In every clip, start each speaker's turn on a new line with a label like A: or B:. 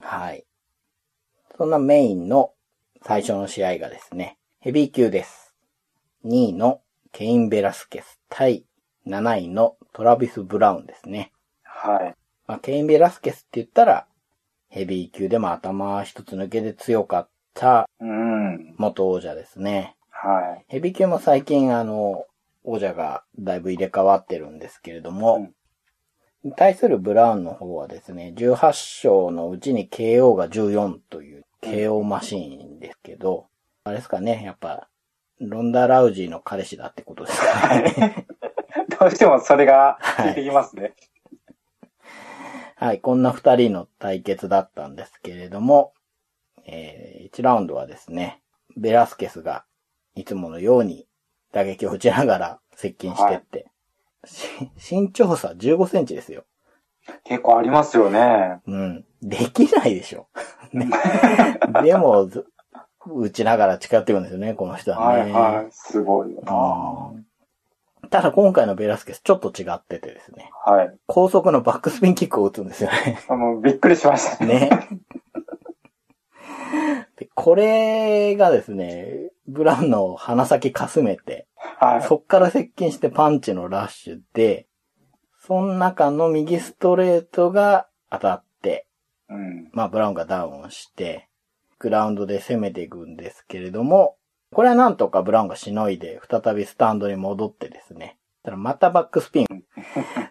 A: はい。そんなメインの最初の試合がですね、ヘビー級です。2位のケイン・ベラスケス対7位のトラビス・ブラウンですね。
B: はい。
A: まあ、ケイン・ベラスケスって言ったら、ヘビー級でも頭一つ抜けで強かった
B: うん。
A: 元王者ですね。
B: はい。
A: ヘビー級も最近あの、王者がだいぶ入れ替わってるんですけれども、対するブラウンの方はですね、18勝のうちに KO が14という KO マシーンですけど、あれですかね、やっぱ、ロンダ・ラウジーの彼氏だってことですかね。
B: どうしてもそれが効いてきますね。
A: はい、こんな二人の対決だったんですけれども、え1ラウンドはですね、ベラスケスがいつものように打撃を打ちながら接近してって、し身長差15センチですよ。
B: 結構ありますよね。
A: うん。できないでし ょ。ね、でも、ず打ちながら近寄ってくるんですよね、この人は
B: は
A: ね。
B: いはい。すごいよ
A: う
B: な。
A: んただ今回のベラスケスちょっと違っててですね、
B: はい。
A: 高速のバックスピンキックを打つんですよね。
B: あもうびっくりしましたね。
A: ね。でこれがですね、ブラウンの鼻先かすめて、
B: はい。
A: そっから接近してパンチのラッシュで、その中の右ストレートが当たって、
B: うん。
A: まあブラウンがダウンして、グラウンドで攻めていくんですけれども、これはなんとかブラウンがしのいで、再びスタンドに戻ってですね、ただまたバックス ピン。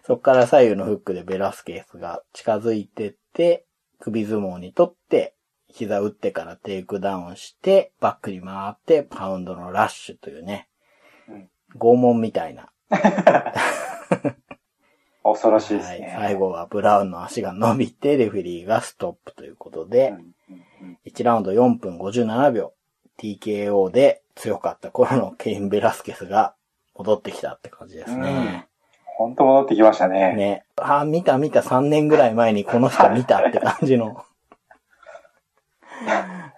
A: そこから左右のフックでベラスケスが近づいてって、首相撲にとって、膝打ってからテイクダウンして、バックに回って、パウンドのラッシュというね
B: うん、
A: 拷問みたいな。
B: 恐ろしいで
A: は
B: す
A: い
B: ね。
A: 最後はブラウンの足が伸びて、レフェリーがストップということで、
B: うんうんうん
A: 1ラウンド4分57秒、TKO で強かった頃のケイン・ベラスケスが戻ってきたって感じですね。
B: ほんと戻ってきましたね。
A: ね。あー、見た見た3年ぐらい前にこの人見たって感じ の。う
B: あ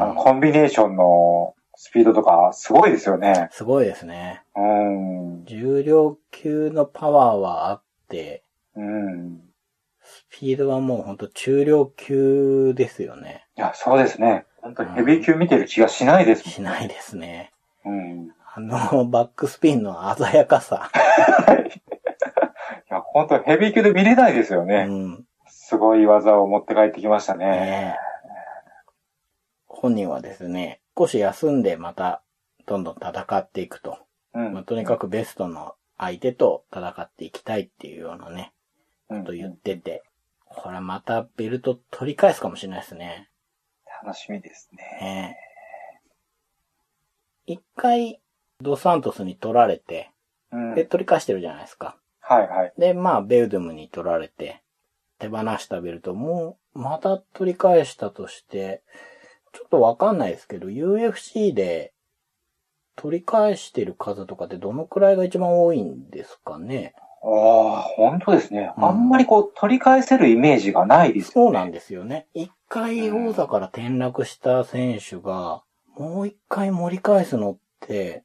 B: の
A: ん、
B: コンビネーションのスピードとかすごいですよね。
A: すごいですね。
B: うん。
A: 重量級のパワーはあって、
B: うん。い
A: スピードはもうほんと中量級ですよね。
B: や、そうですね。本当にヘビー級見てる気がしないです
A: しないですね。
B: もん。うん。い
A: あの、バックスピンの鮮やかさ。
B: や、本当ヘビー級で見れないですよ
A: う
B: ね。
A: ん。
B: すごい技を持って帰ってきましたね。
A: ねえ。本人はですね、少し休んでまた、どんどん戦っていくと。
B: うん。
A: まあ、とにかくベストの相手と戦っていきたいっていうようなね、
B: うん
A: と言ってて。これまたベルト取り返すかもしれないですね。
B: 楽しみですね。
A: ねえ一回、ドサントスに取られて、
B: うん。は
A: で、
B: い
A: 取り返してるじゃないですか。
B: はい。
A: で、まあ、ベウドゥムに取られて、手放したベルトも、また取り返したとして、ちょっとわかんないですけど、UFC で取り返してる数とかってどのくらいが一番多いんですかね
B: ああ、本当ですね。
A: うん
B: あんまりこう、取り返せるイメージがないです
A: そ
B: よね。
A: うなんですよね。一回王座から転落した選手が、もう一回盛り返すのって、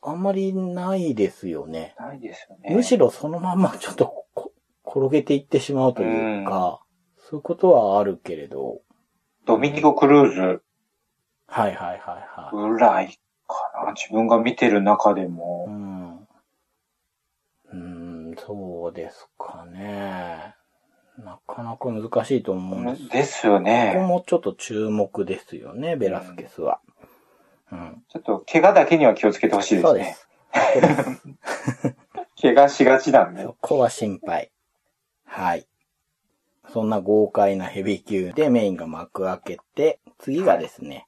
A: あんまりないですよね。
B: ないですよね。
A: むしろそのまんまちょっとこ転げていってしまうというか、そういうことはあるけれど、
B: ドミニコ・クルーズ
A: はいはいはいは
B: ぐらいかな。自分が見てる中で
A: い。う
B: も。
A: ん。うーん、そうですかね。なかなか難しいと思うんですけど。
B: ですよ
A: ここ
B: ね。
A: もちょっと注目ですよね、ベラスケスは。うん。
B: ちょっと、怪我だけには気をつけてほしいで
A: そ
B: す
A: うで
B: ね。
A: す。
B: 怪我しがちなんで。
A: そこは心配。はい。そんな豪快なヘビー級でメインが幕開けて、次がですね、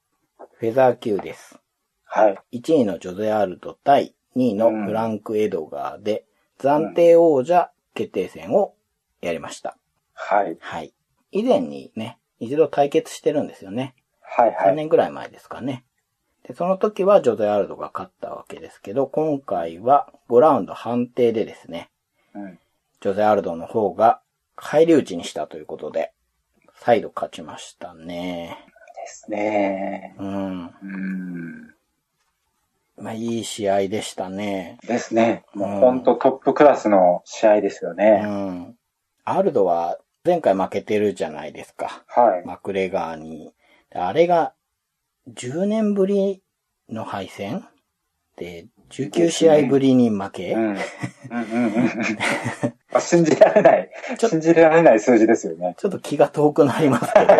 A: フェザー級です。
B: はい。
A: 1位のジョゼアルト対2位のフランク・エドガーで暫定王者決定戦をやりました。
B: はい。
A: はい。以前にね、一度対決してるんですよね。
B: はい
A: 3
B: はい。
A: 年ぐらい前ですかね。で、その時はジョゼアルトが勝ったわけですけど、今回は5ラウンド判定でですね、
B: うん
A: ジョゼアルドの方が返り討ちにしたということで、再度勝ちましたね。
B: ですね。
A: うん。
B: うん。
A: まあ、いい試合でしたね。
B: ですね。
A: う
B: も
A: ん
B: う本当トップクラスの試合ですよ
A: う
B: ね。
A: ん。アルドは前回負けてるじゃないですか。
B: はい。
A: マクレガーに。であれが、10年ぶりの敗戦で、19試合ぶりに負け、
B: うん。 うんうんうんうん。あ信じられない。信じられない数字ですよね。
A: ちょっと気が遠くなりますけど。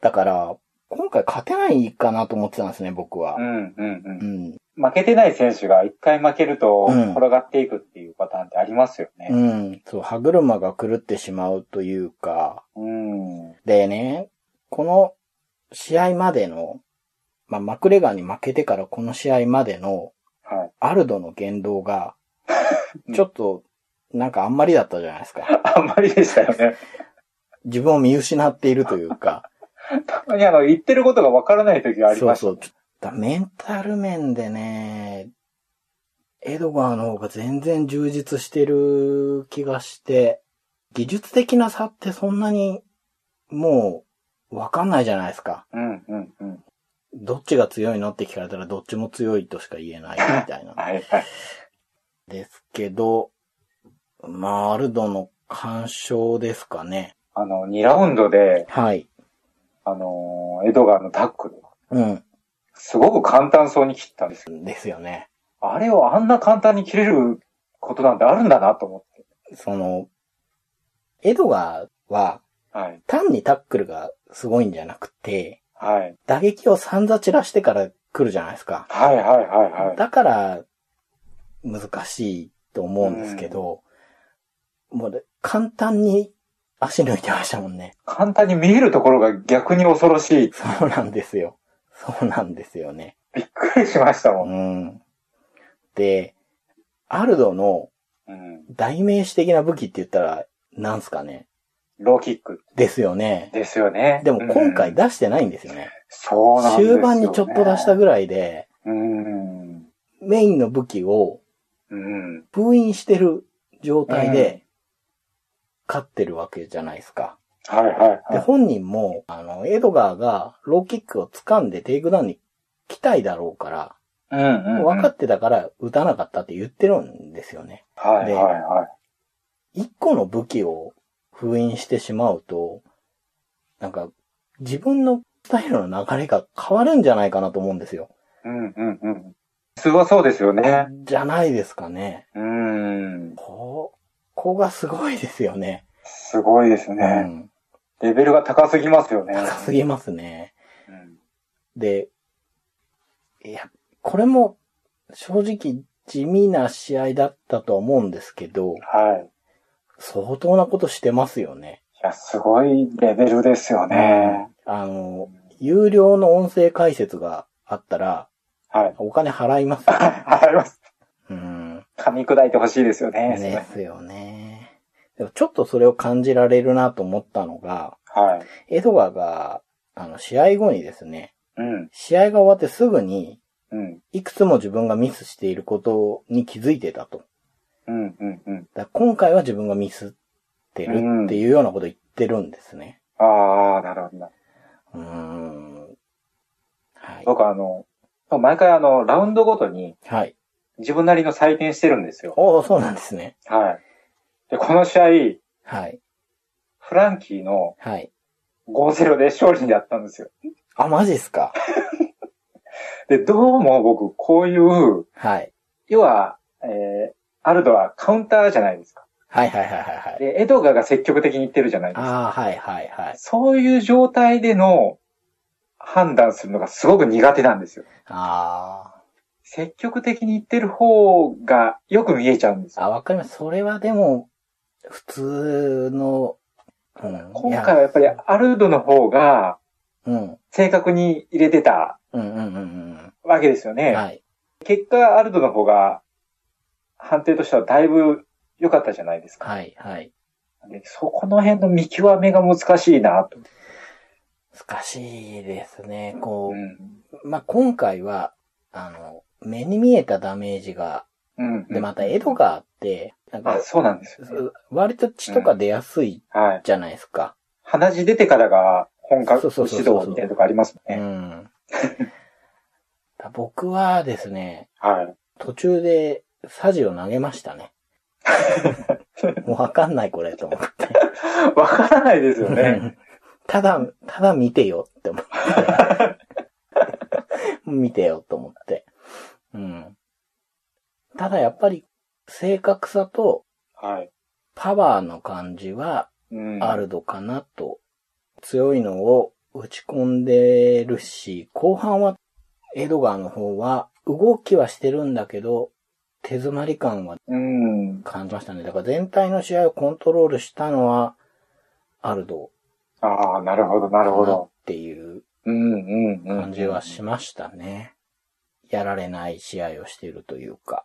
A: だから、今回勝てないかなと思ってたんですね、僕は
B: う。んうんう。
A: うんん。
B: 負けてない選手が一回負けると
A: うん
B: 転がっていくっていうパターンってありますよ
A: う
B: ね。
A: ん。そう、歯車が狂ってしまうというか。
B: うん。うん。
A: でね、この試合までの、まあ、マクレガーに負けてからこの試合までの、
B: はい。
A: アルドの言動が
B: う、ん
A: ちょっと、なんかあんまりだったじゃないですか。
B: あんまりでしたよね。
A: 自分を見失っているというか。
B: たまにあの、言ってることがわからない時が あり
A: そ
B: ま
A: う
B: した。
A: そう。だメンタル面でね、エドガーの方が全然充実してる気がして、技術的な差ってそんなにもうわかんないじゃないですか。
B: うんうんうん。
A: どっちが強いのって聞かれたらどっちも強いとしか言えないみたい な。
B: はいはい。
A: ですけど、まあ、アルドの干渉ですかね。
B: あの、2ラウンドで、
A: はい。
B: あのー、エドガーのタックル、
A: うん。
B: すごく簡単そうに切ったんですよ。
A: ですよね。
B: あれをあんな簡単に切れることなんてあるんだなと思って。
A: その、エドガーは
B: はい。
A: 単にタックルがすごいんじゃなくて、
B: はい。
A: 打撃を散々散らしてから来るじゃないですか。
B: はいはいはいはい。
A: だから、難しいと思うんですけど、もう、簡単に足抜いてましたもんね。
B: 簡単に見えるところが逆に恐ろしい。
A: そうなんですよ。そうなんですよね。
B: びっくりしましたもん。
A: うん。で、アルドの
B: うん。
A: 代名詞的な武器って言ったら、なんすかね。
B: ローキック
A: ですよね。
B: ですよね。
A: でも今
B: う
A: 回
B: ん
A: 出してないんですよね。
B: そうなんですよ、
A: 終
B: ね。
A: 盤にちょっと出したぐらいで、
B: うん。
A: メインの武器を
B: うん。
A: 封印してる状態で、勝ってるわけじゃないですか。
B: はいはい
A: で、
B: はい。
A: 本人も、あの、エドガーがローキックを掴んでテイクダウンに来たいだろうから、
B: うんうんうん。
A: 分か
B: っ
A: ってたから打たなかったって言ってるんですよね。
B: た。はいはいはい。
A: 一個の武器を封印してしまうと、なんか、自分のスタイルの流れが変わるんじゃないかなと思うんですよ。
B: うんうんうん。普通はそうですよね。
A: じゃないですかね。
B: うん。
A: ここがすごいですよね。
B: すごいです
A: う
B: ね。
A: ん。
B: レベルが高すぎますよね。
A: 高すぎますね。
B: うん
A: で、いや、これも正直地味な試合だったとは思うんですけど、
B: はい。
A: 相当なことしてますよね。
B: いや、すごいレベルですよね。
A: あの、有料の音声解説があったら、
B: はい。
A: お金払いますよ。
B: わかります。
A: うん。
B: 噛み砕いてほしいですよね。
A: ですよね。でもちょっとそれを感じられるなと思ったのが、
B: はい。
A: エドガーが、あの、試合後にですね、
B: うん。
A: 試合が終わってすぐに、
B: うん。
A: いくつも自分がミスしていることに気づいてたと。
B: うん。うん。うん。
A: だから今回は自分がミスってるっていうようなことを言ってるんですね。
B: ああ、なるほどな。
A: うーん。はい。
B: 僕あの、毎回あの、ラウンドごとに
A: はい。
B: 自分なりの採点してるんですよ。
A: おおそうなんですね。
B: はい。で、この試合、
A: はい。
B: フランキーの
A: はい。
B: 5-0で勝利になったんですよ。
A: あ、マジっすか。
B: で、どうも僕、こういう、
A: はい。
B: 要は、えー、アルドはカウンターじゃないですか。
A: はいはいはいはいはい。
B: で、エドガーが積極的にいってるじゃないですか。
A: ああ、はいはいはい。
B: そういう状態での判断するのがすごく苦手なんですよ。
A: あ
B: 積極的にいってる方がよく見えちゃうんです
A: あ。
B: よ。
A: あ、わかります。それはでも、普通の、うん。
B: 今回はやっぱ
A: い
B: り
A: や
B: アルドの方が
A: うん。
B: 正確に入れてた
A: うんうんうん
B: わけですよ
A: う
B: ね。
A: ん。はい。
B: 結果、アルドの方が判定としてはだいぶ良かったじゃないですか。
A: はいはい。
B: でそこの辺の見極めが難しいなと。
A: 難しいですね。こ
B: うん。
A: う、まあ、今回は、あの、目に見えたダメージが、
B: うん。
A: で、またエドガーって、なん
B: あ、
A: か、
B: そうなんですよね、
A: 割と血とか出やすい
B: はい。
A: じゃないですか。
B: 鼻血出てからが本格
A: そう
B: 指
A: そうそう
B: 導
A: そう
B: みたいなとこありますもん
A: う
B: ね。
A: ん。だ僕はですね、
B: はい。
A: 途中でサジを投げましたね。もうわかんないこれと思って。
B: わからないですよね。
A: ただ、ただ見てよって思って。 見てよと思って。うん。ただやっぱり、正確さと
B: はい。
A: パワーの感じは、
B: うん。
A: アルドかなと。強いのを打ち込んでるし、後半はエドガーの方は動きはしてるんだけど、手詰まり感は
B: うん。
A: 感じましたね。だから全体の試合をコントロールしたのはアルド
B: ああ、なるほど、な
A: か
B: るほ
A: な
B: ど
A: っ。ていう
B: うん、うん、うん。
A: 感じはしましたね。やられない試合をしているというか。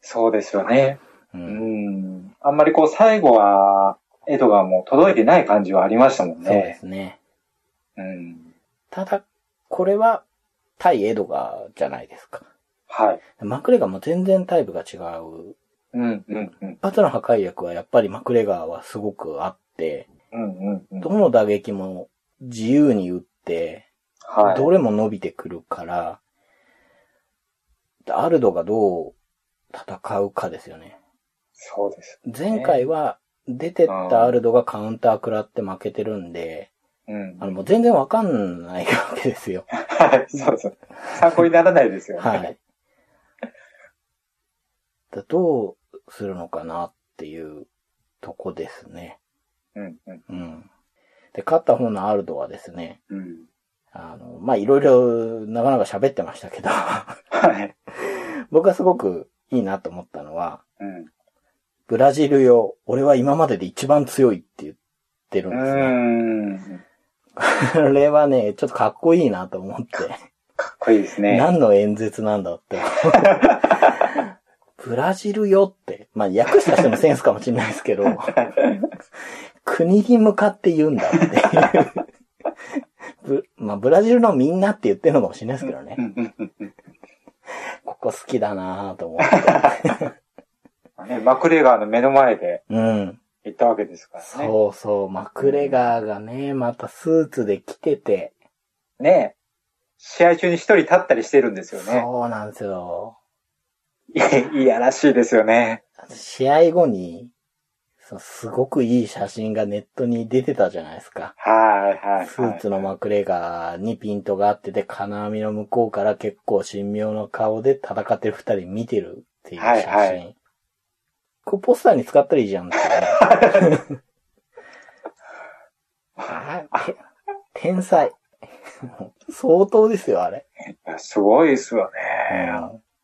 B: そうですよね。
A: う。
B: うんん。あんまりこう、最後は、エドがもう届いてない感じはありましたもん
A: そうで
B: ね。
A: すね。
B: うん。
A: ただ、これは対エドガーじゃないですか。
B: はい。
A: マクレガーも全然タイプが違う
B: うん、うん、うん。
A: 一発の破壊力はやっぱりマクレガーはすごくあって、
B: うん、うん、うん
A: ど。の打撃も自由に打って、
B: はい。
A: どれも伸びてくるから、アルドがどう戦うかですよね。
B: そうです。
A: 前回は出てったアルドがカウンター食らって負けてるんで、
B: うん
A: あ。のもう全然わかんないわけですよ。
B: はい、そうそう。参考にならないですよね。
A: はい。だどうするのかなっていうとこですね。
B: うん、うん、
A: うん。で、勝った方のアルドはですね、
B: うん。
A: あの、まあ、いろいろ、なかなか喋ってましたけど、
B: はい。
A: 僕はすごくいいなと思ったのは、
B: うん。
A: ブラジルよ、俺は今までで一番強いって言ってる
B: うん
A: ですね。
B: ーん。
A: これはね、ちょっとかっこいいなと思って、
B: かっこいいですね。
A: 何の演説なんだって。 ブラジルよって、まあ、訳した人のセンスかもしれないです けど、国に向かって言うんだっていう。ブまあ、ブラジルのみんなって言ってるのかもしれないですけどね。
B: うんうんうんうん
A: ここ好きだなぁと思って。
B: ねマクレガーの目の前で
A: うん。
B: 行ったわけですからね。
A: そうそう。マクレガーがね、またスーツで着てて。
B: ね試合中に一人立ったりしてるんですよね。
A: そうなんですよ。
B: いやいやらしいですよね。
A: 試合後に、そうすごくいい写真がネットに出てたじゃないですか。
B: はいはいはい。
A: スーツのマクレガーにピントがあってて、金網の向こうから結構神妙な顔で戦ってる二人見てるっていう写真。
B: はいは
A: これポスターに使ったらいいじゃんってね。 あて天才。相当ですよ、あれ。
B: いやすごいですよね。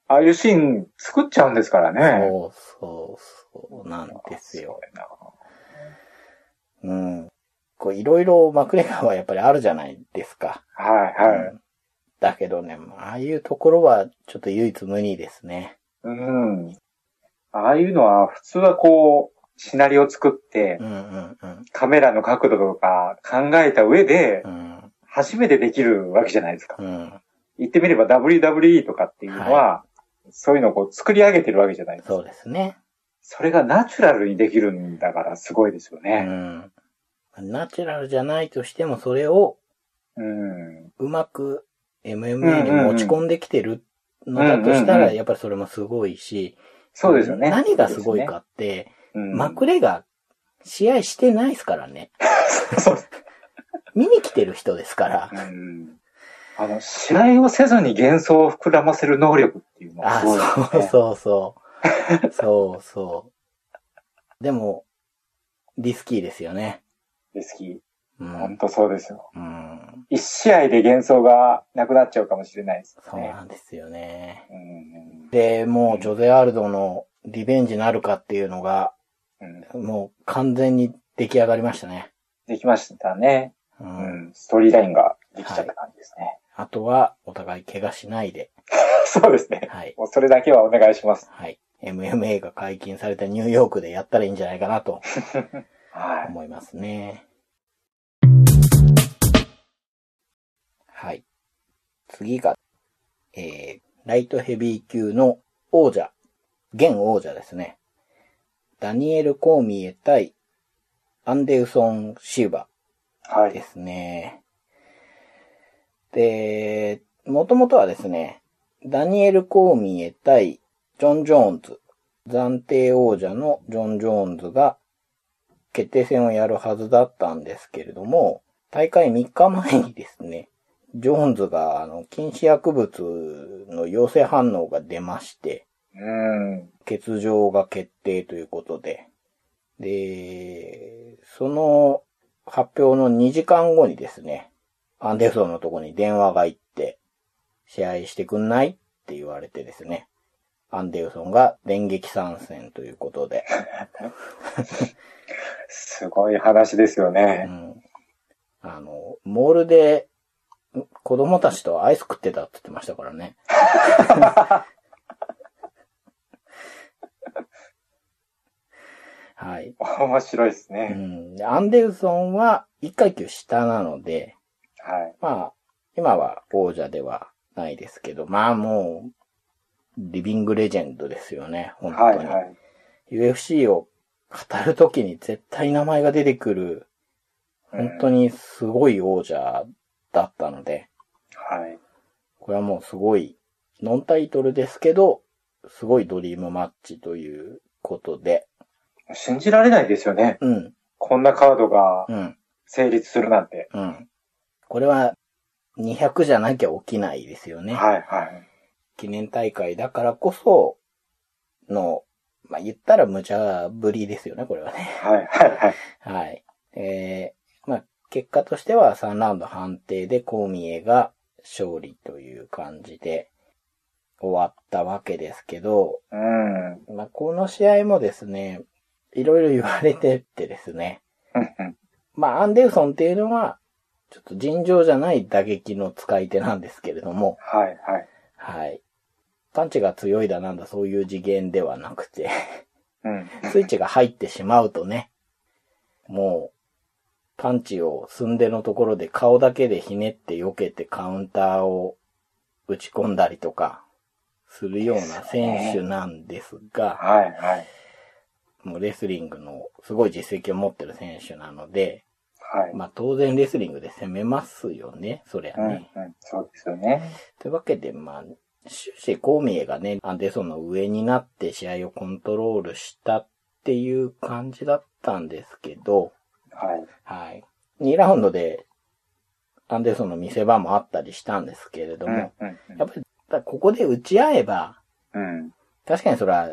B: ああいうシーン作っちゃうんですからね。
A: そうそうそうなんですよ。
B: な
A: うん。こういろいろマクレガーはやっぱりあるじゃないですか。
B: はいは
A: うんだけどね、ああいうところはちょっと唯一無二ですね。
B: い。うん。ああいうのは普通はこう、シナリオ作って
A: う、んうんうん。
B: カメラの角度とか考えた上で
A: う、ん
B: 初めてできるわけじゃないですか。
A: うん。
B: 言ってみれば WWE とかっていうのは、そういうのをこう作り上げてるわけじゃないですか。
A: そうですね。
B: それがナチュラルにできるんだからすごいですよ
A: う
B: ね。
A: ん。ナチュラルじゃないとしても、それを
B: うん。
A: うまく
B: うんうん
A: MMA に持ち込んできてるのだとした
B: うんうん
A: ら、
B: うん
A: やっぱりそれもすごいし、
B: そうですよね。
A: 何がすごいかって、
B: そうですね、うん
A: マ クレが試合してないですからね。
B: そうです
A: 見に来てる人ですから。
B: うんあの、試合をせずに幻想を膨らませる能力っていうのが
A: あ、
B: すごいです
A: そう
B: ね。
A: そうそう。そうそう。でも、リスキーですよね。
B: 好き。
A: う
B: 本
A: ん。
B: 当そうですよ。
A: うん。
B: 一試合で幻想がなくなっちゃうかもしれないです
A: そう
B: ね。
A: なんですよね。
B: うん
A: で、もうジョゼ・アルドのリベンジなるかっていうのが、
B: うん
A: もう完全に出来上がりましたね。
B: できましたね。
A: う。
B: うんん。ストーリーラインができちゃった感じですね。
A: あとは、お互い怪我しないで。
B: そうですね。
A: はい。
B: もうそれだけはお願いします。
A: はい。MMA が解禁されたニューヨークでやったらいいんじゃないかなと
B: はい。
A: 思いますね。はい。次が、えー、ライトヘビー級の王者、現王者ですね。ダニエル・コーミエ対アンデウソン・シーバ
B: は
A: で
B: い。
A: すね。で、もともとはですね、ダニエル・コーミエ対ジョン・ジョーンズ、暫定王者のジョン・ジョーンズが決定戦をやるはずだったんですけれども、大会3日前にですね、ジョーンズが、あの、禁止薬物の陽性反応が出まして、
B: うん。
A: 欠場が決定ということで、で、その発表の2時間後にですね、アンデルソンのとこに電話が行って、試合してくんないって言われてですね、アンデルソンが電撃参戦ということで、
B: すごい話ですよ
A: う
B: ね。
A: ん、あの、モールで子供たちとアイス食ってたって言ってましたからね。はい。
B: 面白いです
A: う
B: ね。
A: ん。でアンデルソンは1階級下なので、
B: はい。
A: まあ、今は王者ではないですけど、まあもう、リビングレジェンドですよね、本当
B: はい
A: に。
B: はい。
A: UFC を語るときに絶対名前が出てくる、
B: うん
A: 本当にすごい王者だったので、
B: はい。
A: これはもうすごい、ノンタイトルですけど、すごいドリームマッチということで、
B: 信じられないですよね。
A: うん、
B: こんなカードが
A: うん、
B: 成立するなんて。
A: うん。これは200じゃなきゃ起きないですよね。
B: はいはい。
A: 記念大会だからこその、まあ、言ったら無茶ぶりですよね、これはね。
B: はいはいはい。
A: はい。えー、まあ、結果としては3ラウンド判定でコーミエが勝利という感じで終わったわけですけど、
B: うん。
A: まあ、この試合もですね、いろいろ言われてってですね、
B: うんうん
A: まあ、アンデルソンっていうのは、ちょっと尋常じゃない打撃の使い手なんですけれども、
B: はいはい。
A: はい。パンチが強いだなんだ、そういう次元ではなくて、
B: うん。
A: スイッチが入ってしまうとね、もう、パンチを寸んでのところで顔だけでひねって避けてカウンターを打ち込んだりとか、するような選手なんですが、
B: はいはい。
A: もうレスリングのすごい実績を持ってる選手なので、
B: はい。
A: まあ当然レスリングで攻めますよね、そりゃ
B: うんう
A: ね。
B: ん。そうですよね。
A: というわけで、まあ、終始コーミエがね、アンデルソンの上になって試合をコントロールしたっていう感じだったんですけど、
B: はい。
A: はい。2ラウンドで、アンデルソンの見せ場もあったりしたんですけれど
B: うん
A: も、
B: うん
A: やっぱり、だここで打ち合えば、
B: うん。 うん。
A: 確かにそれは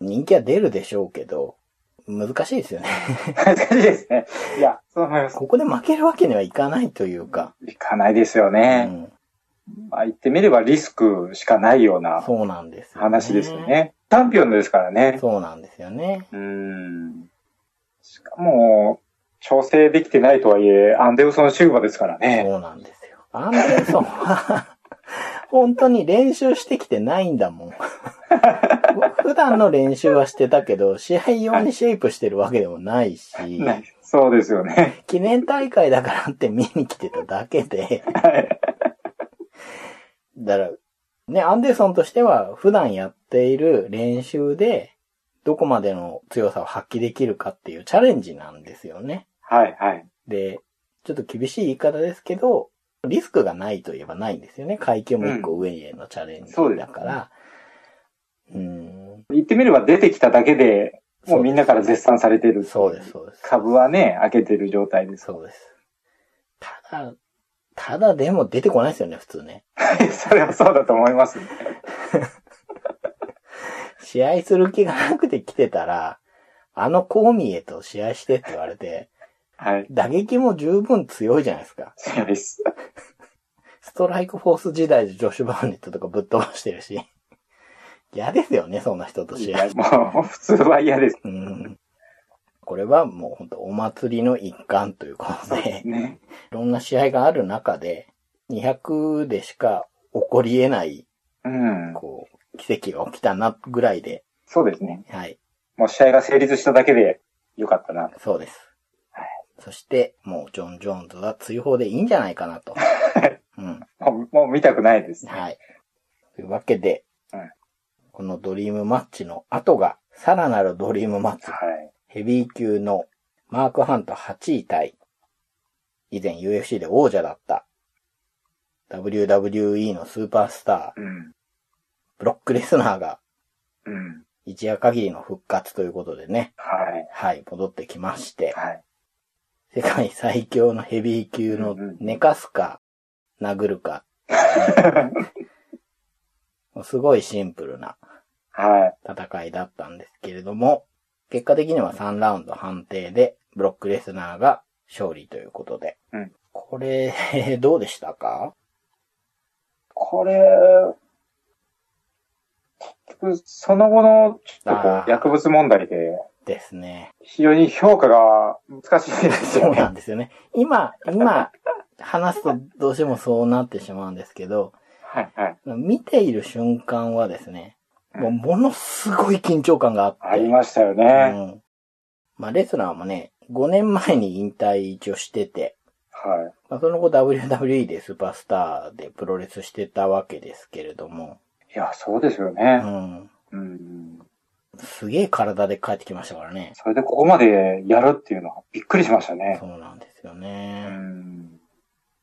A: 人気は出るでしょうけど、難しいですよね。
B: 難しいですね。いや、そう思います。
A: ここで負けるわけにはいかないというか、
B: いかないですよ
A: う
B: ね。
A: ん、
B: まあ言ってみればリスクしかないような
A: そうなんですよ、
B: 話ですよ。ね。チャンピオンですからね。
A: そうなんですよね。
B: うん。しかも、調整できてないとはいえ、アンデルソン・シューバですからね。
A: そうなんですよ。アンデルソンは、 本当に練習してきてないんだ もん。普段の練習はしてたけど、試合用にシェイプしてるわけでもないし、
B: ねそうですよね。
A: 記念大会だからって見に来てただけ で、だから、ね、アンデルソンとしては普段やっている練習で、どこまでの強さを発揮できるかっていうチャレンジなんですよね。
B: はいはい。
A: で、ちょっと厳しい言い方ですけど、リスクがないといえばないんですよね。階級も一個上へのチャレンジ
B: そうです
A: だから。うん。
B: 言ってみれば出てきただけで、もうみんなから絶賛されてる。
A: そうです、。そうです。
B: 株はね、開けてる状態です。
A: そうです。ただ、ただでも出てこないですよね、普通ね。
B: それはそうだと思います。
A: 試合する気がなくて来てたら、あのコーミエと試合してって言われて、
B: はい。
A: 打撃も十分強いじゃないですか。
B: 強いです。
A: ストライクフォース時代でジョシュ・バーネットとかぶっ飛ばしてるし。嫌ですよね、そんな人と
B: い
A: 試
B: や
A: 合。
B: もう、普通は嫌です。
A: うん。これはもう本当お祭りの一環ということで、い
B: ね。
A: ろんな試合がある中で、200でしか起こり得ない、
B: うん。
A: こう、奇跡が起きたな、ぐらいで、
B: そうですね。
A: はい。
B: もう試合が成立しただけで、よかったな。
A: そうです
B: はい。
A: そして、もうジョン・ジョーンズは追放でいいんじゃないかなと。うん。
B: もう、もう見たくないです。
A: はい。というわけで、
B: うん
A: このドリームマッチの後が、さらなるドリームマッチ、
B: はい。
A: ヘビー級のマーク・ハント8位対、以前 UFC で王者だった、WWE のスーパースター、
B: うん。
A: ブロック・レスナーが
B: うん。
A: 一夜限りの復活ということでね、
B: はい。
A: はい、戻ってきまして、
B: はい。
A: 世界最強のヘビー級の
B: うんうん
A: 寝かすか、殴るか、もうすごいシンプルな
B: はい。
A: 戦いだったんですけれども、結果的には3ラウンド判定で、ブロックレスナーが勝利ということで。
B: うん
A: これ、 どうでしたか
B: これ、結局、その後の、ちょっとこ
A: あー
B: う、薬物問題で、
A: ですね。
B: 非常に評価が難しいです
A: そ
B: よ
A: うな
B: ね。
A: んですよね。今、今、話すとどうしてもそうなってしまうんですけど、
B: はい、はい。
A: 見ている瞬間はですね、
B: うん
A: もうものすごい緊張感があって。
B: ありましたよ
A: う
B: ね。
A: ん。まあ、レスラーもね、5年前に引退一応してて、
B: はい。
A: まあ、その後 WWE でスーパースターでプロレスしてたわけですけれども、
B: いや、そうですよ
A: う
B: ね。
A: ん。
B: うん。
A: すげえ体で帰ってきましたからね。
B: それでここまでやるっていうのはびっくりしましたね。
A: そうなんですよ
B: う
A: ね。
B: ん。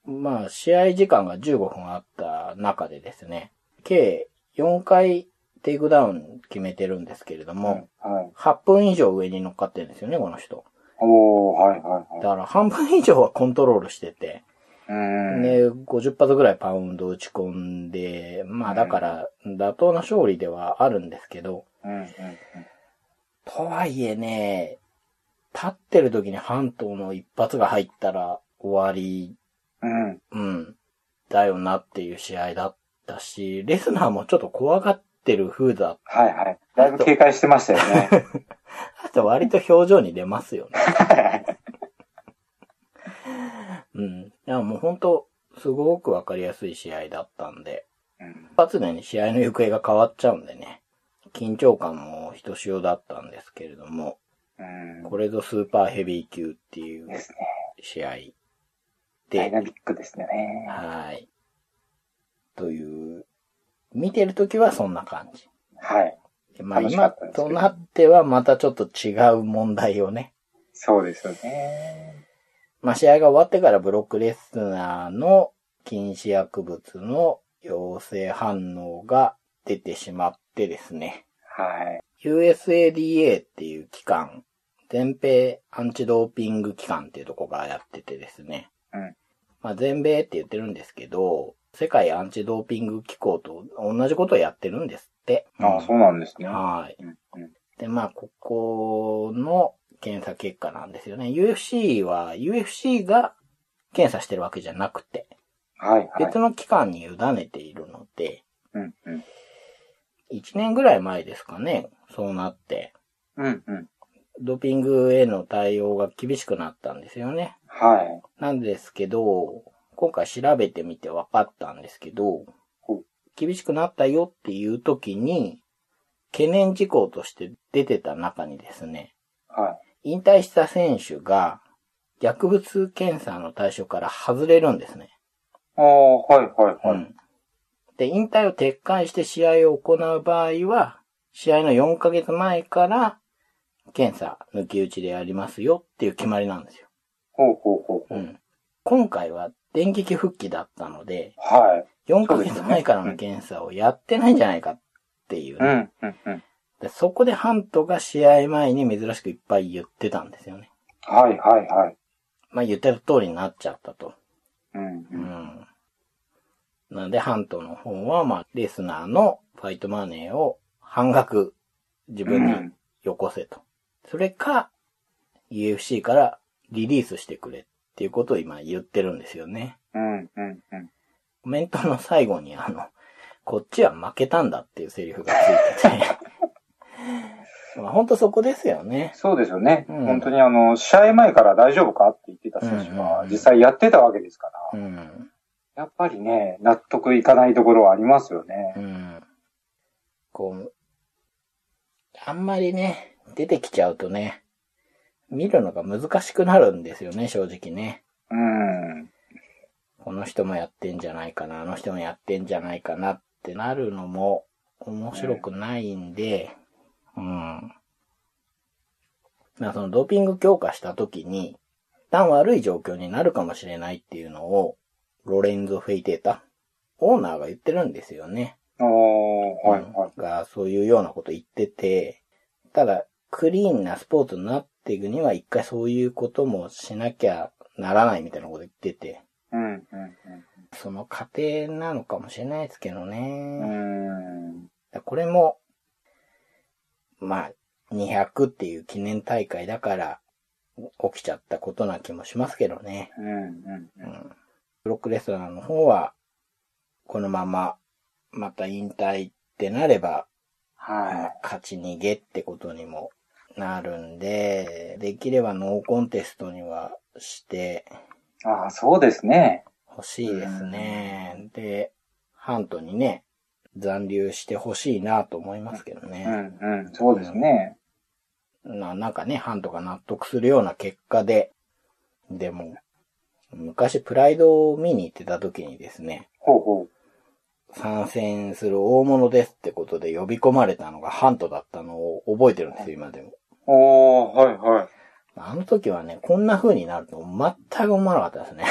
A: まあ、試合時間が15分あった中でですね、計4回テイクダウン決めてるんですけれども、
B: はい。
A: 8分以上上に乗っかってるんですよね、この人。
B: おー、はい、はい、
A: だ
B: はい。
A: から半分以上はコントロールしてて、
B: うん。
A: で、50発ぐらいパウンド打ち込んで、まあだから、妥当な勝利ではあるんですけど、
B: うん、うん、
A: とはいえね、立ってる時に半島の一発が入ったら終わり、
B: うん。うん。
A: うん、だよなっていう試合だったし、レスナーもちょっと怖がってる風だっ
B: はい、はい。だいぶ警戒してましたよね。
A: たら割と表情に出ますよね。うん。いやもう本当すごくわかりやすい試合だったんで、
B: うん
A: 一発でね、試合の行方が変わっちゃうんでね、緊張感もひとしおだったんですけれども、
B: うん。
A: これぞスーパーヘビー級っていう
B: ですね。
A: 試合
B: ダイナ
A: で、
B: ミックですね。
A: はい。という、見てるときはそんな感じ。
B: はい。
A: まあ
B: 楽しか
A: 今
B: ったですけど
A: となってはまたちょっと違う問題をね。
B: そうですよね。
A: まあ試合が終わってからブロックレスナーの禁止薬物の陽性反応が出てしまってですね。
B: はい。
A: USADA っていう機関、全米アンチドーピング機関っていうとこがやっててですね。
B: うん
A: まあ、全米って言ってるんですけど、世界アンチドーピング機構と同じことをやってるんですって。
B: ああ、そうなんですね。
A: はい。
B: うんうん
A: で、まあ、ここの検査結果なんですよね。UFC は、UFC が検査してるわけじゃなくて、
B: はい、はい
A: 別。の機関に委ねているので、
B: うん、うん。
A: 1年ぐらい前ですかね、そうなって、
B: うん、うん。
A: ドーピングへの対応が厳しくなったんですよね。
B: はい。
A: なんですけど、今回調べてみて分かったんですけど
B: ほう、
A: 厳しくなったよっていう時に、懸念事項として出てた中にですね、
B: は
A: 引退した選手が薬物検査の対象から外れるんですね。
B: い。ああ、はい、はい、はい。
A: ん。で、引退を撤回して試合を行う場合は、試合の4ヶ月前から検査抜き打ちでやりますよっていう決まりなんですよ。
B: ほうほうほうほ
A: う
B: う。
A: ん。今回は電撃復帰だったので、
B: はい。
A: 4ヶ月前からの検査をやってないんじゃないかっていう
B: う
A: ね、
B: ん、うん、うん。
A: でそこでハントが試合前に珍しくいっぱい言ってたんですよね。
B: はい、はい、はい。
A: まあ言ってる通りになっちゃったと。
B: うん、
A: う
B: うん。
A: ん。なんで、ハントの方は、まあ、レスナーのファイトマネーを半額自分によこせと。それか、UFC からリリースしてくれっていうことを今言ってるんですよね。
B: うん、うん、うん。
A: コメントの最後に、あの、こっちは負けたんだっていうセリフがついて て。まあ、ほんとそこですよね。
B: そうですよね。
A: うん
B: 本当にあの、試合前から大丈夫かって言ってた選手
A: うんう
B: が
A: ん
B: 実際やってたわけですから、
A: うん。
B: やっぱりね、納得いかないところはありますよね
A: う。ん。こう、あんまりね、出てきちゃうとね、見るのが難しくなるんですよね、正直ね。
B: うん。
A: この人もやってんじゃないかな、あの人もやってんじゃないかなってなるのも面白くないんで、うん。まあそのドーピング強化した時に、一旦悪い状況になるかもしれないっていうのを、ロレンゾ・フェイテータ、オーナーが言ってるんですよね。
B: おー、ほはいはい。
A: がそういうようなこと言ってて、ただ、クリーンなスポーツになっていくには一回そういうこともしなきゃならないみたいなこと言ってて、
B: うん、うん、
A: その過程なのかもしれないですけど
B: う
A: ね。
B: ん。うん。
A: だこれも、まあ、200っていう記念大会だから起きちゃったことな気もしますけどね。
B: うん、うん
A: う。ん。ブロックレスラーの方は、このまま、また引退ってなれば、ま
B: は
A: あ勝ち逃げってことにもなるんで、できればノーコンテストにはして
B: い。ああ、そうですね。
A: ほしいですね。で、ハントにね、残留してほしいなと思いますけど
B: う
A: ね。
B: ん、うん、そうですね。
A: ななんかね、ハントが納得するような結果で、でも、昔プライドを見に行ってた時にですね、
B: ほうほう。
A: 参戦する大物ですってことで呼び込まれたのがハントだったのを覚えてるんですよ、今でも。
B: おー、はい、はい。
A: あの時はね、こんな風になると全く思わなかったですね。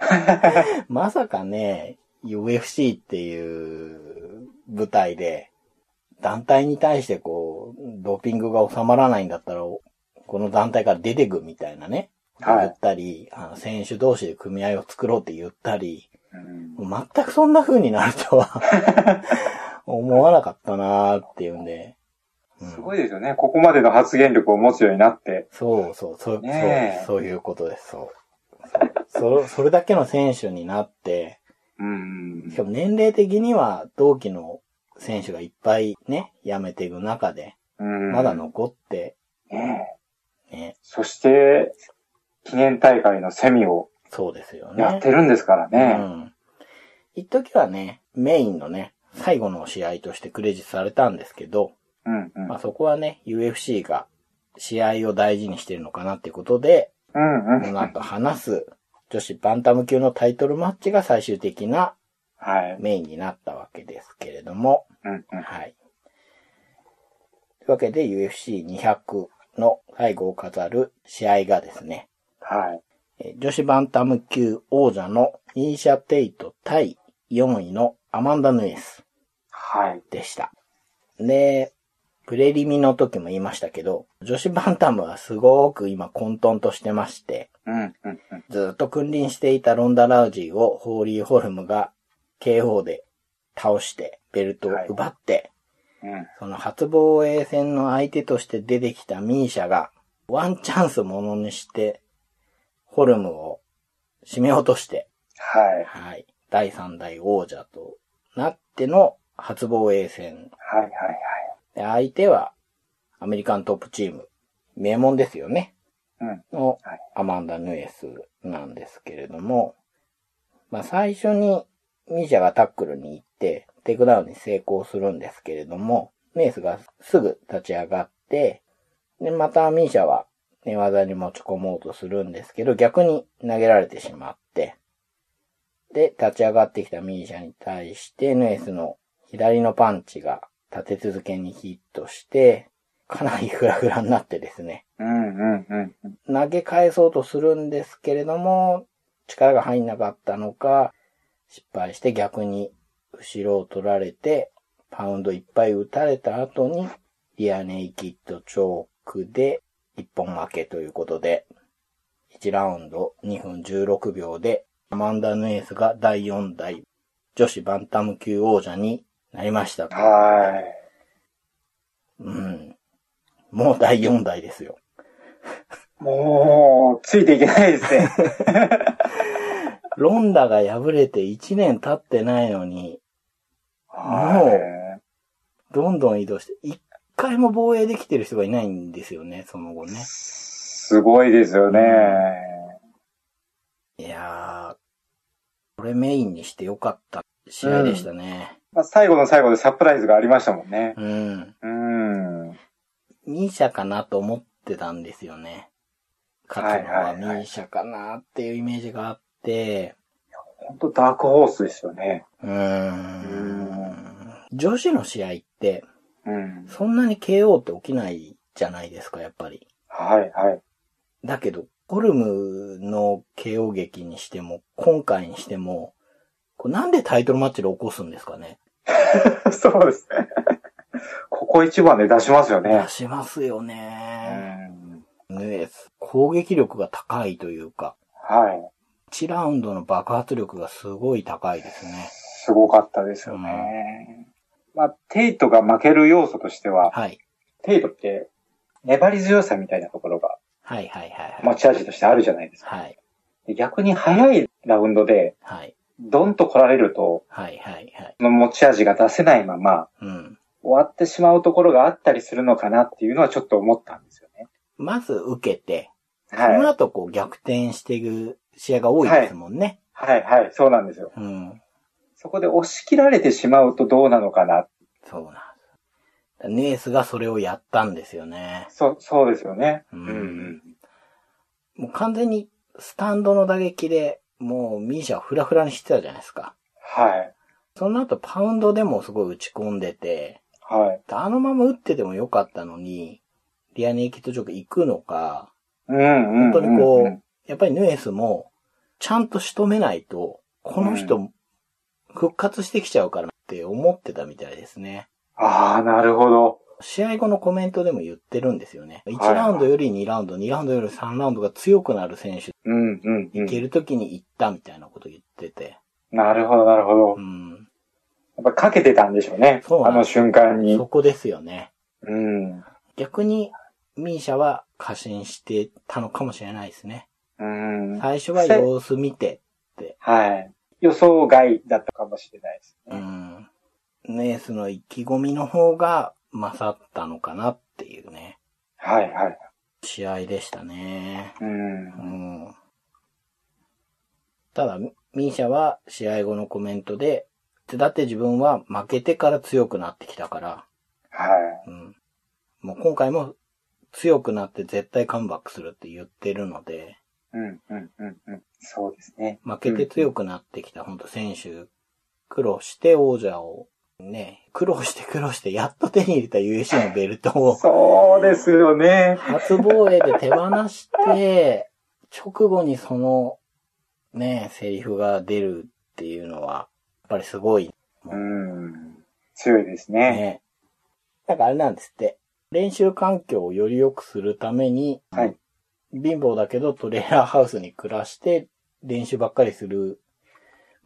A: まさかね、UFC っていう舞台で、団体に対してこう、ドーピングが収まらないんだったら、この団体から出てくみたいなね、
B: はい
A: 言ったり、あの、選手同士で組合を作ろうって言ったり、
B: うん
A: 全くそんな風になるとは 思わなかったなーっていうんで。うん
B: すごいですよね。ここまでの発言力を持つようになって。
A: そうそう、そう、
B: ねえ
A: そう、そういうことです、そう。そうそそれだけの選手になって、
B: うん。
A: しかも年齢的には同期の選手がいっぱいね、辞めていく中で、
B: うん
A: まだ。残って、
B: ねえ
A: ね、
B: そして、記念大会のセミを
A: そうですよね。
B: やってるんですから
A: う
B: ね。
A: ん。一時はね、メインのね、最後の試合としてクレジットされたんですけど、
B: うん、うん。
A: まあ、そこはね、UFC が試合を大事にしてるのかなってことで、
B: うん、う
A: こ
B: ん。
A: の後話す女子バンタム級のタイトルマッチが最終的な
B: はい。
A: メインになったわけですけれども、
B: うん、うん。
A: はい。というわけで UFC200 の最後を飾る試合がですね、
B: はい。
A: えー女子バンタム級王者のイーシャ・テイト対4位のアマンダ・ヌエス
B: はい。
A: でした。で、プレリミの時も言いましたけど、女子バンタムはすごく今混沌としてまして、
B: うん、うん、うん。
A: ずっと君臨していたロンダ・ラウジーをホーリー・ホルムが KO で倒してベルトを奪って、
B: うん。
A: その初防衛戦の相手として出てきたミーシャがワンチャンスものにしてホルムを締め落として、
B: はい。
A: はい、第3代王者となっての初防衛戦。
B: はい、はい、
A: で相手はアメリカントップチーム、名門ですよね。
B: はい。うん。
A: の
B: はい
A: アマンダ・ヌエスなんですけれども、まあ最初にミーシャがタックルに行って、テイクダウンに成功するんですけれども、ヌエスがすぐ立ち上がって、で、またミーシャは寝技に持ち込もうとするんですけど、逆に投げられてしまって、で、立ち上がってきたミーシャに対して、ヌエスの左のパンチが立て続けにヒットして、かなりフラフラになってですね、
B: うん、うん、うん。
A: 投げ返そうとするんですけれども、力が入んなかったのか、失敗して逆に後ろを取られて、パウンドいっぱい打たれた後に、リアネイキッドチョークで一本負けということで、1ラウンド2分16秒で、アマンダ・ヌエスが第4代女子バンタム級王者になりました。
B: は
A: うん。もう第4代ですよ。
B: い。もう、ついていけないですね。
A: ロンダが敗れて1年経ってないのに、
B: は
A: どんどん移動して、一回も防衛できてる人がいないんですよね、その後ね
B: い。。すごいですよね。
A: いやー、これメインにしてよかった試合でしたね。
B: まあ、最後の最後でサプライズがありましたもんね。
A: うん。
B: うん。
A: ミーシャかなと思ってたんですよね。勝つのはミーシャかなっていうイメージがあって、
B: 本当ダークホースですよね。
A: うーん。女子の試合って、
B: うん。
A: そんなに KO って起きないじゃないですか、やっぱり。
B: はい、はい。
A: だけど、ホルムの KO 劇にしても、今回にしても、これなんでタイトルマッチで起こすんですかね
B: そうですね。 ここ一番で出しますよね
A: 出。しますよね。
B: ん。
A: ヌエス。攻撃力が高いというか、
B: はい。
A: 1ラウンドの爆発力がすごい高いですね。
B: すごかったですよね。まあ、テイトが負ける要素としては、
A: はい。
B: テイトって粘り強さみたいなところが
A: はいはいはいはい。
B: 持ち味としてあるじゃないですか。
A: はい。
B: で逆に早いラウンドで
A: はい。
B: ドンと来られると、
A: はいはいはい。
B: その持ち味が出せないまま
A: うん。
B: 終わってしまうところがあったりするのかなっていうのはちょっと思ったんですよね。
A: まず受けて、その
B: はい。
A: 後こう逆転していく試合が多いですもんね。
B: はいはい、そうなんですよ。
A: うん。
B: そこで押し切られてしまうとどうなのかな。
A: そうなんです。ヌエスがそれをやったんですよね。
B: そう、そうですよね。
A: う
B: うんんうん。
A: もう完全にスタンドの打撃で、もうミーシャをフラフラにしてたじゃないですか。
B: はい。
A: その後パウンドでもすごい打ち込んでて、
B: はい。
A: あのまま打っててもよかったのに、リアネイキッドジョーク行くのか、
B: うんうんうんうん。
A: 本当にこう、やっぱりヌエスも、ちゃんと仕留めないと、この
B: う
A: 人、復活してきちゃうからって思ってたみたいですね。
B: ああ、なるほど。
A: 試合後のコメントでも言ってるんですよね。1
B: はい
A: ラウンドより2ラウンド、2ラウンドより3ラウンドが強くなる選手、
B: うんうんう
A: いけ
B: ん。
A: るときに行ったみたいなこと言ってて。
B: なるほど、なるほど
A: う。ん。
B: やっぱかけてたんでしょうね。
A: そうな
B: あ
A: んで
B: の
A: す
B: 瞬間に
A: そ。こですよね。
B: うん。う
A: 逆に、ミーシャは過信してたのかもしれないですね。
B: ん。
A: 最初は様子見て、
B: はい。予想外だったかもしれないです
A: う
B: ね。
A: ん。ネースの意気込みの方が勝ったのかなっていうね、
B: はいはい。
A: 試合でしたね。
B: う。
A: うんん。ただ、ミーシャは試合後のコメントで、だって自分は負けてから強くなってきたから、
B: は
A: うん。もう今回も強くなって絶対カムバックするって言ってるので、
B: い。うんうんうんうん。そうですね。
A: 負けて強くなってきた、本当選手、苦労して王者を、ね、苦労して苦労して、やっと手に入れた USC のベルトを、
B: そうですよね。
A: 初防衛で手放して、直後にその、ね、セリフが出るっていうのは、やっぱりすごい、
B: うん。強いですね。
A: ね。だからあれなんですって、練習環境をより良くするために、
B: はい。
A: 貧乏だけどトレーラーハウスに暮らして、練習ばっかりする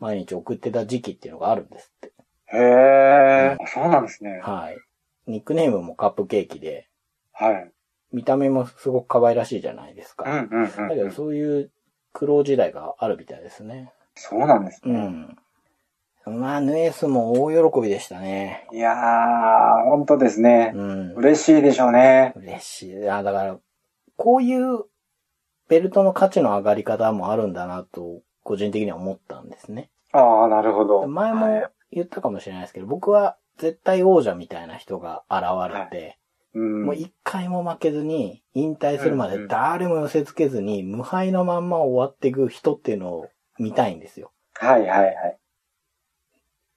A: 毎日送ってた時期っていうのがあるんですって。
B: へえ。そうなんですね。
A: はい。ニックネームもカップケーキで、
B: はい。
A: 見た目もすごく可愛らしいじゃないです
B: うん
A: か。
B: うん
A: だ
B: う
A: け
B: んう
A: ど
B: ん。
A: そういう苦労時代があるみたいですね。
B: そうなんです
A: う
B: ね。
A: ん。まあ、ヌエスも大喜びでしたね。
B: いやー、本当ですね。
A: うん。
B: 嬉しいでしょうね。
A: 嬉しい。あ、だから、こういうベルトの価値の上がり方もあるんだなと、個人的には思ったんですね。
B: ああ、なるほど。
A: 前
B: は
A: も
B: い
A: 言ったかもしれないですけど、僕は絶対王者みたいな人が現れて、
B: うん
A: もう一回も負けずに、引退するまで誰も寄せ付けずに、無敗のまんま終わっていく人っていうのを見たいんですよ。
B: はいはいはい。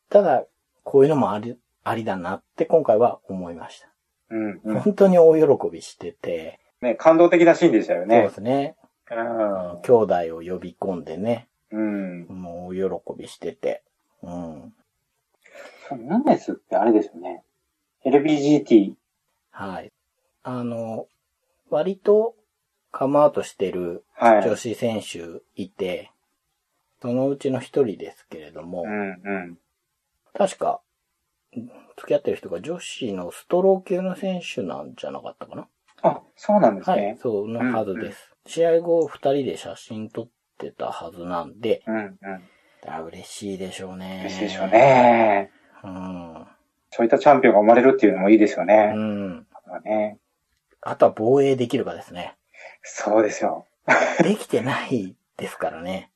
A: ただ、こういうのもあり、ありだなって今回は思いました。
B: うんうん。
A: 本当に大喜びしてて、
B: ね、感動的なシーンでしたよ
A: そうで
B: ね。
A: すね。
B: う
A: 兄弟を呼び込んでね、
B: ん。うん。
A: もう大喜びしてて。うん。
B: ヌネスってあれですよね。LBGT。
A: はい。あの、割とカムアウトしてる
B: はい。
A: 女子選手いて、そのうちの一人ですけれども、
B: うんうん。
A: 確か、付き合ってる人が女子のストロー級の選手なんじゃなかったかな
B: あ、そうなんです
A: はい
B: ね、。
A: そうのはずです。試合後、二人で写真撮ってたはずなんで、
B: うんうん。
A: あ嬉しいでしょうね。
B: 嬉しいでしょう。ね。
A: うん。
B: そういったチャンピオンが生まれるっていうのもいいですよ
A: う
B: ね。
A: ん。
B: ね
A: あとは防衛できるかですね。
B: そうですよ。
A: できてないですからね。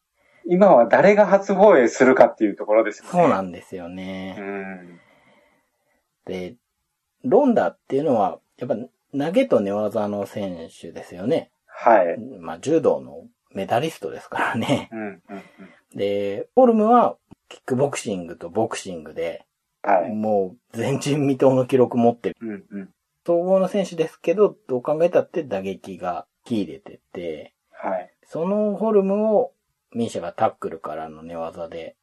B: 今は誰が初防衛するかっていうところですよね。
A: そうなんですよね。
B: うん。
A: で、ロンダっていうのは、やっぱ投げと寝技の選手ですよね。
B: はい。
A: まあ、柔道のメダリストですからね。
B: うんうんうん。
A: で、フォルムはキックボクシングとボクシングで、
B: はい。
A: もう前人未到の記録持ってる。
B: うんうん。
A: 総合の選手ですけど、どう考えたって打撃が秀でてて、
B: はい。
A: そのフォルムをミーシャがタックルからの寝技で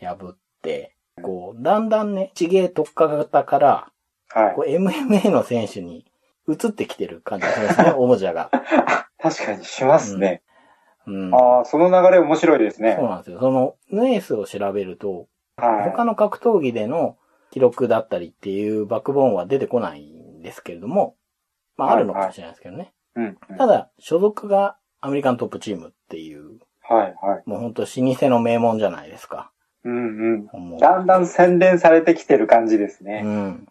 A: 破って、こう、だんだんね、地芸特化型から、
B: はい
A: こ。う、MMA の選手に移ってきてる感じがしますね、おもちゃが。
B: 確かにしますね。
A: うん。
B: ああ、その流れ面白いですね
A: そう。なんですよ。その、ヌエスを調べると、他
B: は
A: の格闘技での記録だったりっていうバックボーンは出てこないんですけれども、まああるのかもしれないですけどね。
B: い。うん。うん
A: ただ、所属がアメリカントップチームっていう、
B: はい、はい。
A: もうほんと老舗の名門じゃないですか。
B: うん、うん。
A: もう
B: だんだん洗練されてきてる感じですね。
A: うん。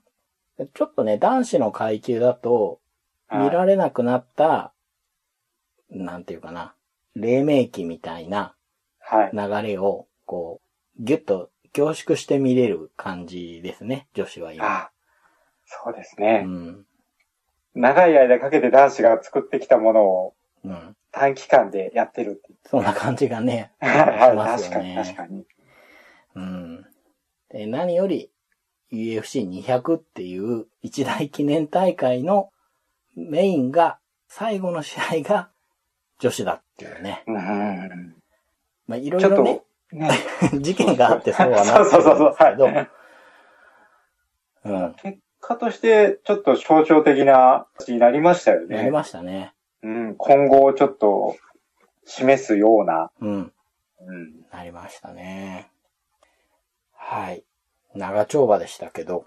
A: ちょっとね、男子の階級だと、
B: はい
A: 見られなくなった、なんていうかな、黎明期みたいな
B: はい。
A: 流れを、こう、ギュッと凝縮して見れる感じですね、女子は今。
B: あそうです
A: う
B: ね。
A: ん。
B: 長い間かけて男子が作ってきたものを
A: うん。
B: 短期間でやってるって。
A: そんな感じがね。
B: はい、
A: ま
B: は
A: す
B: い。
A: よ
B: 確かに、
A: ね
B: 確かに。
A: うん。で何より UFC200 っていう一大記念大会のメインが、最後の試合が女子だっていうね。
B: うんうんうん
A: まあ、いろい
B: ちょっ
A: ろね
B: と、、ね、
A: 事件があってそうはなって
B: そうそうそうそう
A: るんですけ
B: は
A: ど、うん。
B: 結果として、ちょっと象徴的な形になりましたよ
A: なり
B: ね。
A: ましたね。
B: うん、今後をちょっと示すような。
A: うん。
B: うん、
A: なりましたね。はい。長丁場でしたけど、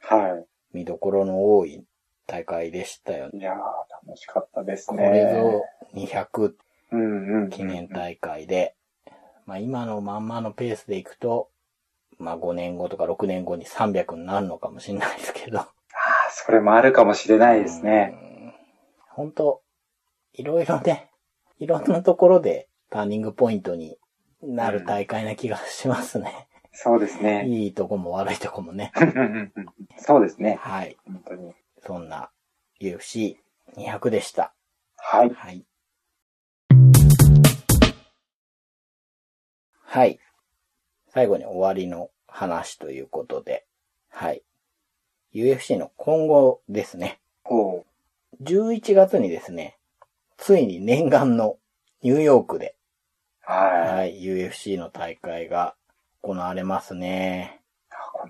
B: は
A: 見どころの多い大会でしたよね。
B: い。いやー、楽しかったです
A: こ
B: ね。
A: れぞ200
B: うんうん、
A: 記念。大会で、まあ今のまんまのペースでいくと、まあ5年後とか6年後に300になるのかもしれないですけど。
B: ああ、それもあるかもしれないですね。
A: うん。本当いろいろね、いろんなところでターニングポイントになる大会な気がしますね。
B: そうですね。
A: いいとこも悪いとこもね。
B: そうですね。
A: はい。
B: 本当に。
A: そんな UFC200 でした。
B: はい。
A: はい。はい。最後に終わりの話ということで、はい。UFC の今後ですね。
B: ほ
A: 11月にですね、ついに念願のニューヨークで、
B: う。は。
A: はいい、UFC の大会が行われますね。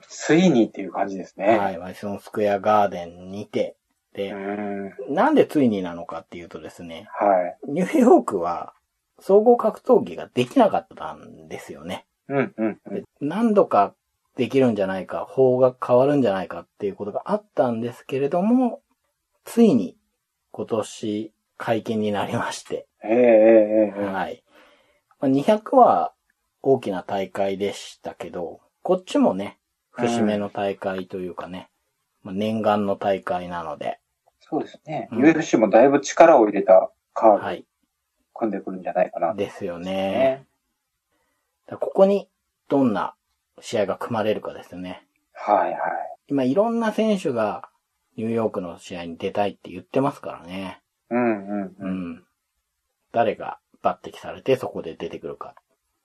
B: ついにっていう感じですね。
A: はい、マディソンスクエアガーデンにて。
B: う
A: で、
B: ん。は
A: なんでついになのかっていうとですね、
B: い。
A: ニューヨークは総合格闘技ができなかったんですよね。
B: うん、うん、うん。
A: で何度かできるんじゃないか、法が変わるんじゃないかっていうことがあったんですけれども、ついに今年解禁になりまして、
B: ええええええ
A: はい。まあ200は大きな大会でしたけど、こっちもね、節目の大会というかね、まあ念願の大会なので、
B: そうですね。
A: うん
B: UFC もだいぶ力を入れたカード
A: は
B: を
A: い。
B: 組んでくるんじゃないかな。
A: ですよね。
B: ね。
A: だからここにどんな試合が組まれるかですよね。
B: はい、はい。
A: 今いろんな選手がニューヨークの試合に出たいって言ってますからね。
B: うん、うん、
A: う
B: うん。
A: ん。誰が抜擢されてそこで出てくるか。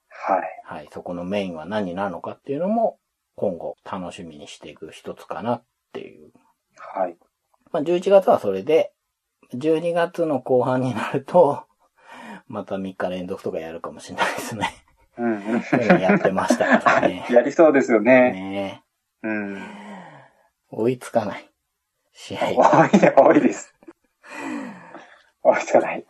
B: はい。
A: はい。そこのメインは何なのかっていうのも今後楽しみにしていく一つかなっていう。
B: はい。
A: まあ11月はそれで、12月の後半になると、 また3日連続とかやるかもしれないです ね。
B: うん、うん。。
A: そういうのやってましたからね
B: やりそうですよね。
A: ねえ。
B: うん。
A: 追いつかない。試合が。
B: 多いね、多いです。多いじゃない。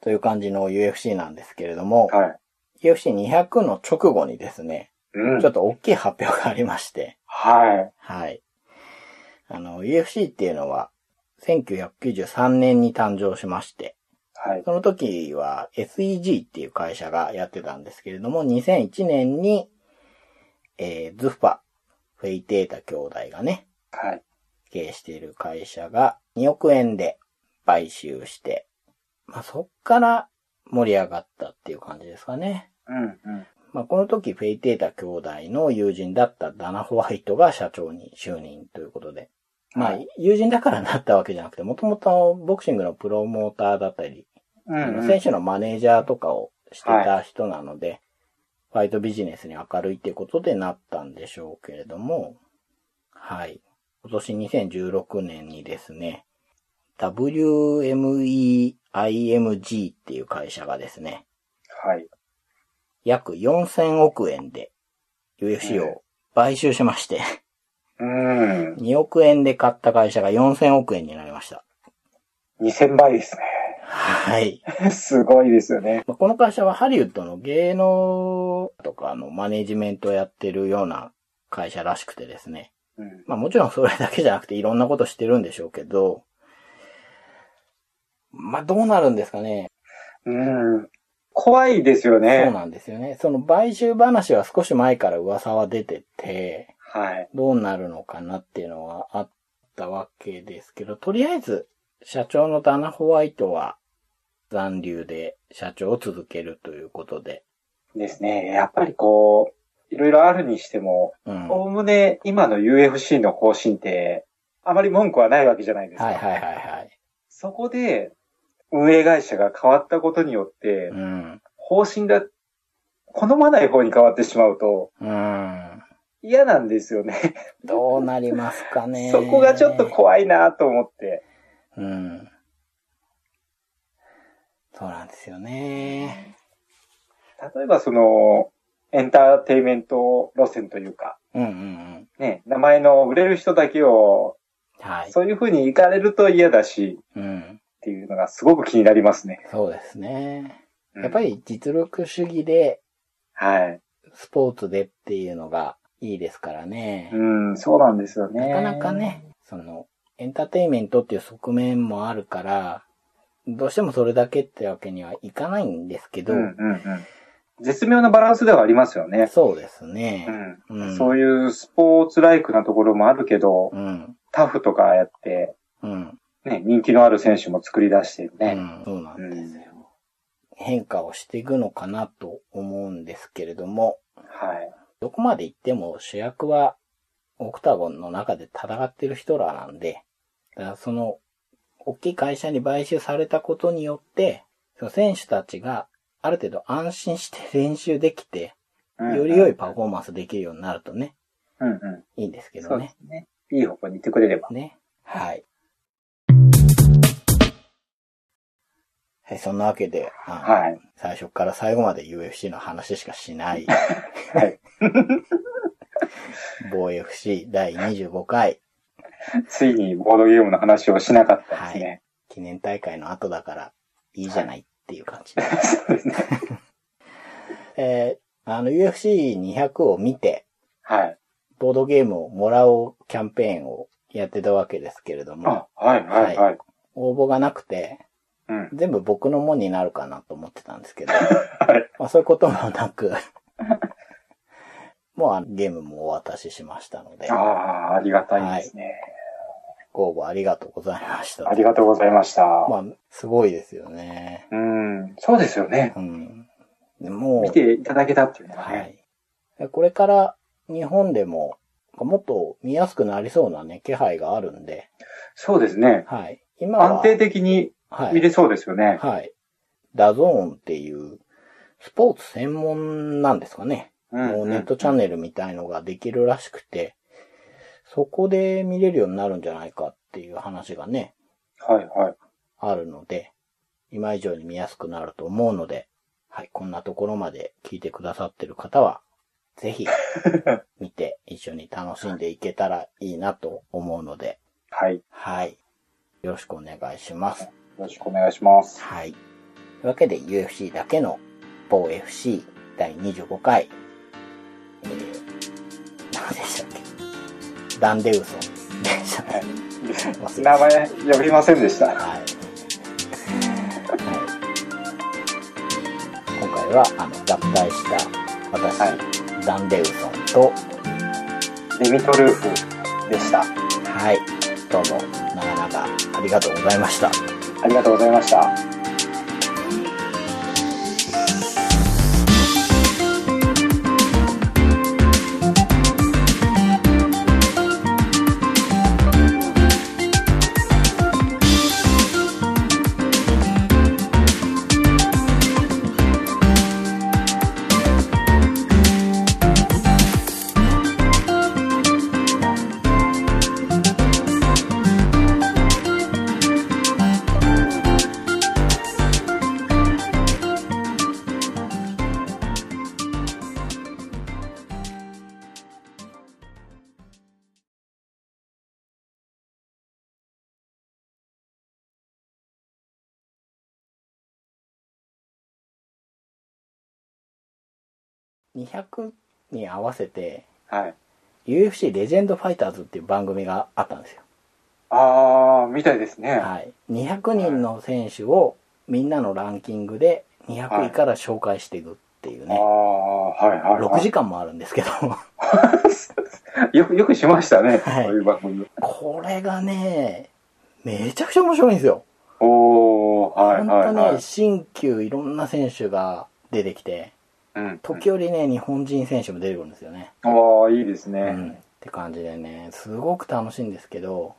A: という感じの UFC なんですけれども、
B: はい。
A: UFC200 の直後にですね、
B: うん
A: ちょ。っと大きい発表がありまして、
B: はい。
A: はい。あの、UFC っていうのは、1993年に誕生しまして、
B: はい。
A: その時は SEG っていう会社がやってたんですけれども、2001年に、えーズッファ、フェイテータ兄弟がね、
B: はい。
A: 経営している会社が2億円で買収して、まあ、そっから盛り上がったっていう感じですかね。
B: うん、うん。
A: まあ、この時フェイテータ兄弟の友人だったダナ・ホワイトが社長に就任ということで。ま
B: は
A: あ
B: い、
A: 友人だからなったわけじゃなくて、もともとボクシングのプロモーターだったり、
B: うん、うん。
A: 選手のマネージャーとかをしてた人なので、ファイトビジネスに明るいってことでなったんでしょうけれども、はい。今年2016年にですね、WMEIMG っていう会社がですね、
B: はい。
A: 約4000億円で UFC を買収しまして、
B: うん。
A: 2億円で買った会社が4000億円になりました。
B: 2000倍です
A: はい。
B: ね。 すごいですよね。
A: まあこの会社はハリウッドの芸能とかのマネジメントをやってるような会社らしくてですね。
B: うん。
A: まあもちろんそれだけじゃなくていろんなことしてるんでしょうけど、まあどうなるんですかね。
B: うん。怖いですよ
A: そう
B: ね。
A: なんですよね。その買収話は少し前から噂は出てて、
B: はい。
A: どうなるのかなっていうのはあったわけですけど、とりあえず社長のダナ・ホワイトは残留で社長を続けるということで、
B: ですね。やっぱりこう、いろいろあるにしても、
A: うん。
B: おおむね今の UFC の方針って、あまり文句はないわけじゃないですか。
A: はいはいはいはい。
B: そこで、運営会社が変わったことによって
A: う、ん。
B: 方針が好まない方に変わってしまうと
A: うん。
B: 嫌なんですよね。
A: どうなりますかね。
B: そこがちょっと怖いなと思って。
A: うん。そうなんですよね。
B: 例えばその、エンターテイメント路線というか、
A: うんうんうん。
B: ね、名前の売れる人だけを、
A: はい。
B: そういう風に行かれると嫌だし、
A: うん。
B: っていうのがすごく気になりますね。
A: そうですね。
B: うん
A: やっぱり実力主義で、
B: はい。
A: スポーツでっていうのがいいですからね
B: う。ん、そうなんですよね。
A: なかなか。ね、その、エンターテインメントっていう側面もあるから、どうしてもそれだけってわけにはいかないんですけど、
B: うん、うん、うん。絶妙なバランスではありますよね。
A: そうですね。
B: うん。
A: うん
B: そういうスポーツライクなところもあるけど、
A: うん。
B: タフとかやって、
A: うん。
B: ね、人気のある選手も作り出してる
A: う
B: ね。
A: ん、そうなん
B: うん
A: ですよ。変化をしていくのかなと思うんですけれども、
B: はい。
A: どこまで行っても主役はオクタゴンの中で戦ってる人らなんで、だからその大きい会社に買収されたことによって、その選手たちがある程度安心して練習できて、
B: うん
A: より良いパフォーマンスできるようになるとね、
B: うんう
A: いいんですけ
B: ん。
A: ど
B: そうで
A: ね
B: す。ね。いい方向に行ってくれれば。
A: ね。はい。はい、そんなわけで、あの
B: はい。
A: 最初から最後まで UFC の話しかしない、
B: はい。
A: 防 FC 第25回
B: ついにボードゲームの話をしなかったですね。
A: 記念大会の後だからいいじゃないっていう 感じで。
B: そうですね。
A: えーあの UFC200 を見て、
B: はい。
A: ボードゲームをもらおうキャンペーンをやってたわけですけれども
B: あ、、はい、はい、
A: は
B: はい。
A: 応募がなくて、
B: うん。
A: 全部僕のもんになるかなと思ってたんです けど、
B: はい。
A: まあそういうこともなく、 もうあのゲームもお渡ししましたので
B: あ、あ、ありがたいですね。
A: ご応募ありがとうございました。
B: ありがとうございました。
A: まあ、すごいですよね。
B: うん。そうですよね。
A: うん。でもう、
B: 見ていただけたっていうのは
A: は
B: ね。
A: い。これから日本でも、もっと見やすくなりそうなね、気配があるんで、
B: そうですね。
A: はい。今は、
B: 安定的に
A: は
B: 見
A: い。
B: れそうですよね。
A: はい。ダゾーンっていう、スポーツ専門なんですかね。もうネットチャンネルみたいのができるらしくて、そこで見れるようになるんじゃないかっていう話がね、
B: はい、はい。
A: あるので、今以上に見やすくなると思うので、はい、こんなところまで聞いてくださってる方は、ぜひ、見て一緒に楽しんでいけたらいいなと思うので、
B: はい。よ
A: はい。よろしくお願いします。
B: ろしくお願いします。
A: はい。というわけで UFC だけの某 FC 第25回、えー、何でしたっけダンデウソンでしたね。忘れ
B: 名
A: た
B: 前呼びませんでした。
A: はい。今回は、あの、合体した私、
B: は
A: ダンデウソンと、
B: デミトルーフでした。
A: はい、どうも、長々ありがとうございました。
B: ありがとうございました。
A: 200に合わせて、
B: はい。
A: UFC レジェンドファイターズっていう番組があったんですよ。
B: あー、みたいですね。
A: はい。200人の選手をみんなのランキングで200位から紹介していくっていう
B: あー、
A: ね。
B: はいはい、は
A: 6
B: い。
A: 時間もあるんですけど、
B: よく、よくしましたね。
A: はい
B: そういう番組。
A: これがね、めちゃくちゃ面白いんですよ。
B: おー、はい
A: 本
B: はい
A: 当
B: は
A: ね、
B: い。
A: 新旧いろんな選手が出てきて、
B: うん。
A: 時折ね、日本人選手も出てくるんですよね。
B: あー、いいですね。
A: うん、って感じでねすごく楽しいんですけど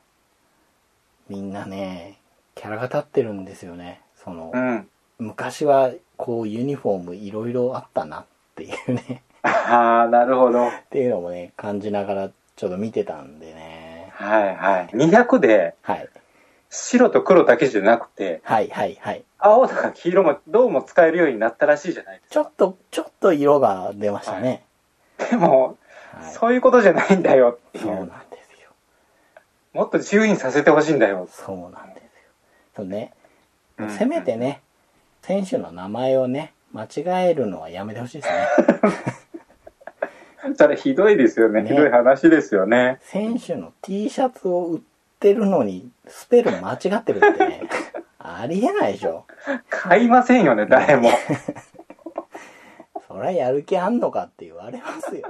A: みんなねキャラが立ってるんですよねその、
B: うん。
A: 昔はこうユニフォームいろいろあったなっていうね
B: ああ、なるほど。はい
A: っていうのもね感じながらちょっと見てたんでね
B: はい。200で、
A: はい
B: 白と黒だけじゃなくて、
A: はいはいはい
B: 青とか黄色もどうも使えるようになったらしいじゃないです
A: ちょっとちょっと色が出ましたね、
B: か。でも、
A: はい
B: そういうことじゃないんだよってい
A: そうなん
B: う。
A: ですよ
B: もっと自由にさせてほしいんだよ。
A: そうなんですよそうね
B: うん
A: せめてね選手の名前をね間違えるのはやめてほしいですね
B: それひどいですよね。
A: ね
B: ひどい話ですよね。
A: 選手の T シャツを売ってるのにスペル間違ってるってねありえないでしょ
B: 買いませんよね、誰も。
A: そりゃやる気あんのかって言われますよ